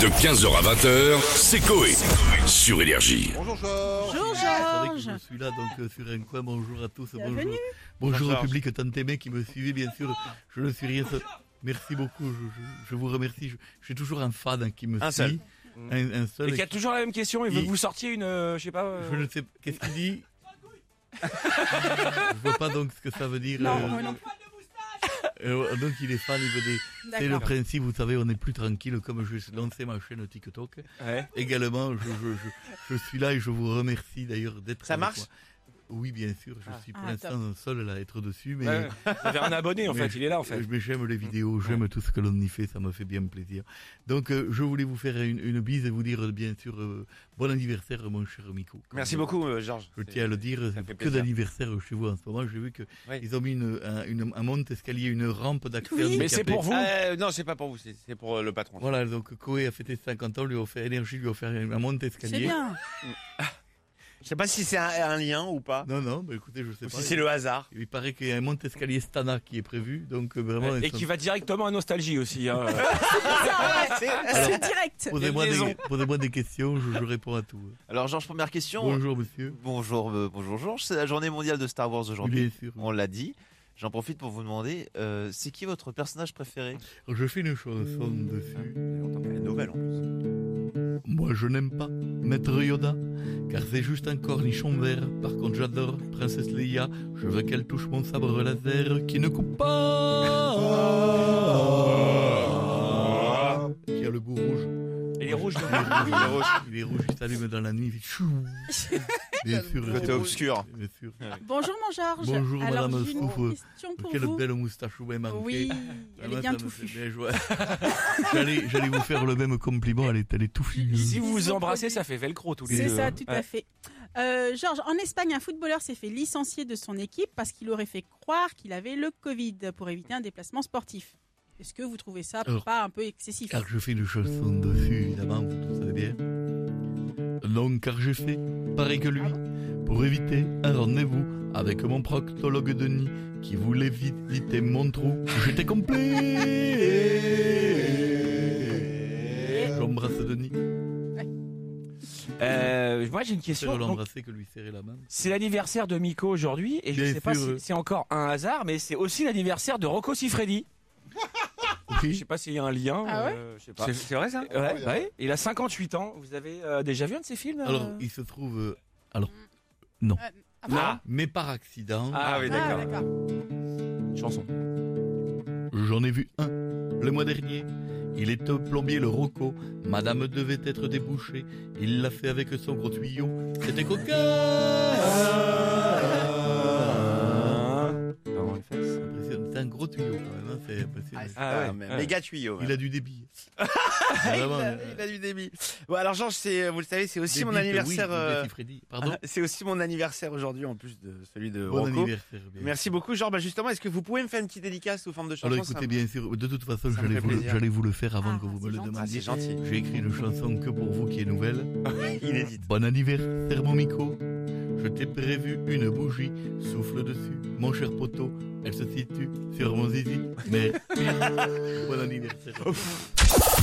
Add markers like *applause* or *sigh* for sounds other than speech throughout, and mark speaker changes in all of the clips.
Speaker 1: De 15h à 20h, c'est Coé. Sur Énergie.
Speaker 2: Bonjour Georges
Speaker 3: Bonjour
Speaker 4: Attendez que
Speaker 3: Georges
Speaker 4: je suis là, donc euh, sur un coin, bonjour à tous,
Speaker 3: Bienvenue.
Speaker 4: bonjour. Bonjour au
Speaker 2: Bonsoir.
Speaker 4: public tant aimé qui me suivait, bien sûr. Je ne suis rien. seul. Merci beaucoup, je, je- je vous remercie. Je, je suis toujours un fan hein, qui me
Speaker 2: Un seul.
Speaker 4: suit. Un, un seul.
Speaker 5: Et qui a toujours la même question, il veut
Speaker 4: Il-
Speaker 5: que vous sortiez une, euh, je sais pas. euh,
Speaker 4: *laughs* Je ne sais pas. Qu'est-ce qu'il dit Je vois pas donc ce que ça veut dire.
Speaker 3: Non,
Speaker 4: euh,
Speaker 3: moi non
Speaker 4: euh, donc il est fan, il veut des. C'est le
Speaker 3: D'accord.
Speaker 4: principe, vous savez, on est plus tranquille comme je suis lancé ma chaîne TikTok.
Speaker 5: ouais.
Speaker 4: Également, je, je, je, je suis là et je vous remercie d'ailleurs d'être
Speaker 2: Ça
Speaker 4: avec
Speaker 2: marche
Speaker 4: moi. Oui, bien sûr, je suis pour
Speaker 3: Ah,
Speaker 4: l'instant seul là à être dessus, mais,
Speaker 5: Ouais, ouais. Vous avez
Speaker 4: *laughs*
Speaker 5: un abonné en
Speaker 4: Mais-
Speaker 5: fait, il est là en fait.
Speaker 4: euh, mais j'aime les vidéos, j'aime tout ce que l'on y fait, ça me fait bien plaisir. Donc, euh, je voulais vous faire une, une bise et vous dire euh, bien sûr euh, bon anniversaire, mon cher Miko. Comme
Speaker 2: Merci
Speaker 4: je-
Speaker 2: beaucoup euh, Georges.
Speaker 4: Je tiens à le dire,
Speaker 2: ça fait
Speaker 4: que
Speaker 2: plaisir.
Speaker 4: d'anniversaire chez vous en ce moment. J'ai vu que
Speaker 2: Oui.
Speaker 4: ils ont mis une, un, une- un monte-escalier, une rampe d'accès
Speaker 3: Oui.
Speaker 4: handicapé.
Speaker 5: Mais c'est pour vous.
Speaker 4: Ah,
Speaker 2: Euh, non, c'est pas pour vous, c'est c'est pour euh, le patron.
Speaker 4: Voilà, donc Koé a fêté 50 ans, lui a offert énergie, lui a offert un
Speaker 3: C'est
Speaker 4: monte-escalier.
Speaker 3: bien.
Speaker 2: Je sais pas si c'est un, un lien ou pas,
Speaker 4: Non, non, mais écoutez, je sais
Speaker 2: ou
Speaker 4: pas.
Speaker 2: si c'est le
Speaker 4: *laughs*
Speaker 2: hasard.
Speaker 4: Il paraît qu'il y a un monte-escalier Stana qui est prévu, donc euh, vraiment.
Speaker 5: Et
Speaker 4: ils sont-
Speaker 5: qui va directement à Nostalgie
Speaker 4: *laughs*
Speaker 5: aussi. hein.
Speaker 3: Ah C'est direct.
Speaker 4: Posez-moi
Speaker 5: Il y a une
Speaker 4: des,
Speaker 5: liaison.
Speaker 4: posez-moi des questions, je, je réponds à tout.
Speaker 6: Alors Georges, première question.
Speaker 4: Bonjour monsieur.
Speaker 6: Bonjour, euh, bonjour Georges. C'est la journée mondiale de Star Wars aujourd'hui.
Speaker 4: Bien sûr.
Speaker 6: On l'a dit. J'en profite pour vous demander, euh, c'est qui votre personnage préféré
Speaker 4: Je fais une chanson dessus.
Speaker 2: La nouvelle en plus.
Speaker 4: Moi, je n'aime pas Maître Yoda, car c'est juste un cornichon vert. Par contre, j'adore Princesse Leia. Je veux qu'elle touche mon sabre laser qui ne coupe pas. Qui a le bout rouge.
Speaker 5: Il est rouge.
Speaker 4: Il est rouge, il est rouge. Il est rouge, il s'allume dans la nuit. il fait chou. Bien sûr.
Speaker 2: Côté obscur.
Speaker 4: Bien sûr.
Speaker 3: Bonjour mon Georges.
Speaker 4: Bonjour,
Speaker 3: Alors,
Speaker 4: madame
Speaker 3: j'ai une
Speaker 4: Souffre.
Speaker 3: question pour
Speaker 4: Quelle
Speaker 3: vous.
Speaker 4: belle moustache ou même en
Speaker 3: Oui,
Speaker 4: fait.
Speaker 3: elle est
Speaker 4: Ah,
Speaker 3: bien
Speaker 4: ça me fait
Speaker 3: touffue. *laughs*
Speaker 4: bien joie. J'allais, j'allais vous faire le même compliment. Elle est, elle est touffue.
Speaker 5: Si vous vous embrassez, ça fait velcro tous les deux.
Speaker 3: C'est ça,
Speaker 5: hein.
Speaker 3: tout
Speaker 5: Ouais.
Speaker 3: à fait. Euh, Georges, en Espagne, un footballeur s'est fait licencier de son équipe parce qu'il aurait fait croire qu'il avait le Covid pour éviter un déplacement sportif. Est-ce que vous trouvez ça
Speaker 4: Alors-
Speaker 3: pas un peu excessif
Speaker 4: Car je fais une chanson dessus, évidemment, vous le savez bien. Non, car j'ai fait pareil que lui, pour éviter un rendez-vous avec mon proctologue Denis, qui voulait visiter mon trou. J'étais complet J'embrasse Denis.
Speaker 5: Euh, moi j'ai une
Speaker 4: Préfère
Speaker 5: question. Donc,
Speaker 4: l'embrasser que lui serrer la main.
Speaker 5: C'est l'anniversaire de Miko aujourd'hui et je
Speaker 4: Bien
Speaker 5: sais pas
Speaker 4: sûr,
Speaker 5: si
Speaker 4: euh.
Speaker 5: c'est encore un hasard, mais c'est aussi l'anniversaire de Rocco Siffredi. Ah, Je
Speaker 4: Oui.
Speaker 5: sais pas s'il y a un lien.
Speaker 3: Ah ouais
Speaker 5: euh, je sais pas.
Speaker 2: C'est- C'est vrai ça
Speaker 5: Ouais, ouais. Il a 58 ans. Vous avez euh, déjà vu un de ses films
Speaker 4: Alors,
Speaker 5: euh
Speaker 4: il se trouve, euh,
Speaker 3: Ah,
Speaker 5: Ah,
Speaker 4: mais par accident,
Speaker 5: Ah oui,
Speaker 3: ah,
Speaker 5: d'accord.
Speaker 3: d'accord.
Speaker 5: Une chanson.
Speaker 4: J'en ai vu un le mois dernier. Il est au plombier le Rocco. Madame devait être débouchée. Il l'a fait avec son gros tuyau. C'était cocasse Impressionnant. C'est un gros tuyau quand même. hein. C'est impressionnant.
Speaker 5: Ah ouais.
Speaker 2: Ah, mais- Méga tuyau. ouais.
Speaker 4: Il a
Speaker 2: *laughs*
Speaker 4: du débit. Vraiment,
Speaker 2: Il
Speaker 4: euh,
Speaker 2: a- il a du débit. Bon, alors Georges, c'est, euh, vous le savez, c'est aussi
Speaker 4: débit
Speaker 2: mon
Speaker 4: que oui,
Speaker 2: anniversaire.
Speaker 4: vous
Speaker 2: euh, *laughs*
Speaker 4: êtes Freddy. Pardon.
Speaker 2: c'est aussi mon anniversaire aujourd'hui en plus de celui de
Speaker 4: Bon
Speaker 2: Rocco.
Speaker 4: anniversaire. bien.
Speaker 2: Merci beaucoup Georges. Bah, justement, est-ce que vous pouvez me faire une petite dédicace sous forme de chanson
Speaker 4: Alors
Speaker 2: ça
Speaker 4: Oh, bah, écoutez,
Speaker 2: me-
Speaker 4: bien sûr, de toute façon,
Speaker 2: ça me
Speaker 4: j'allais
Speaker 2: fait
Speaker 4: vous, le-
Speaker 2: plaisir.
Speaker 4: j'allais vous le faire avant
Speaker 3: Ah,
Speaker 4: que vous
Speaker 3: c'est
Speaker 4: me le
Speaker 3: gentil.
Speaker 2: Ah,
Speaker 4: demandiez.
Speaker 2: c'est gentil.
Speaker 4: J'ai écrit une chanson que pour vous qui est nouvelle.
Speaker 2: Inédite.
Speaker 4: Euh, Bon anniversaire mon Miko, je t'ai prévu une bougie, souffle dessus, mon cher poteau, elle se situe sur mon zizi. Mais *laughs* bon anniversaire.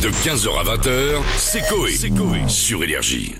Speaker 1: De 15h à 20h, c'est Coé. Sur Énergie.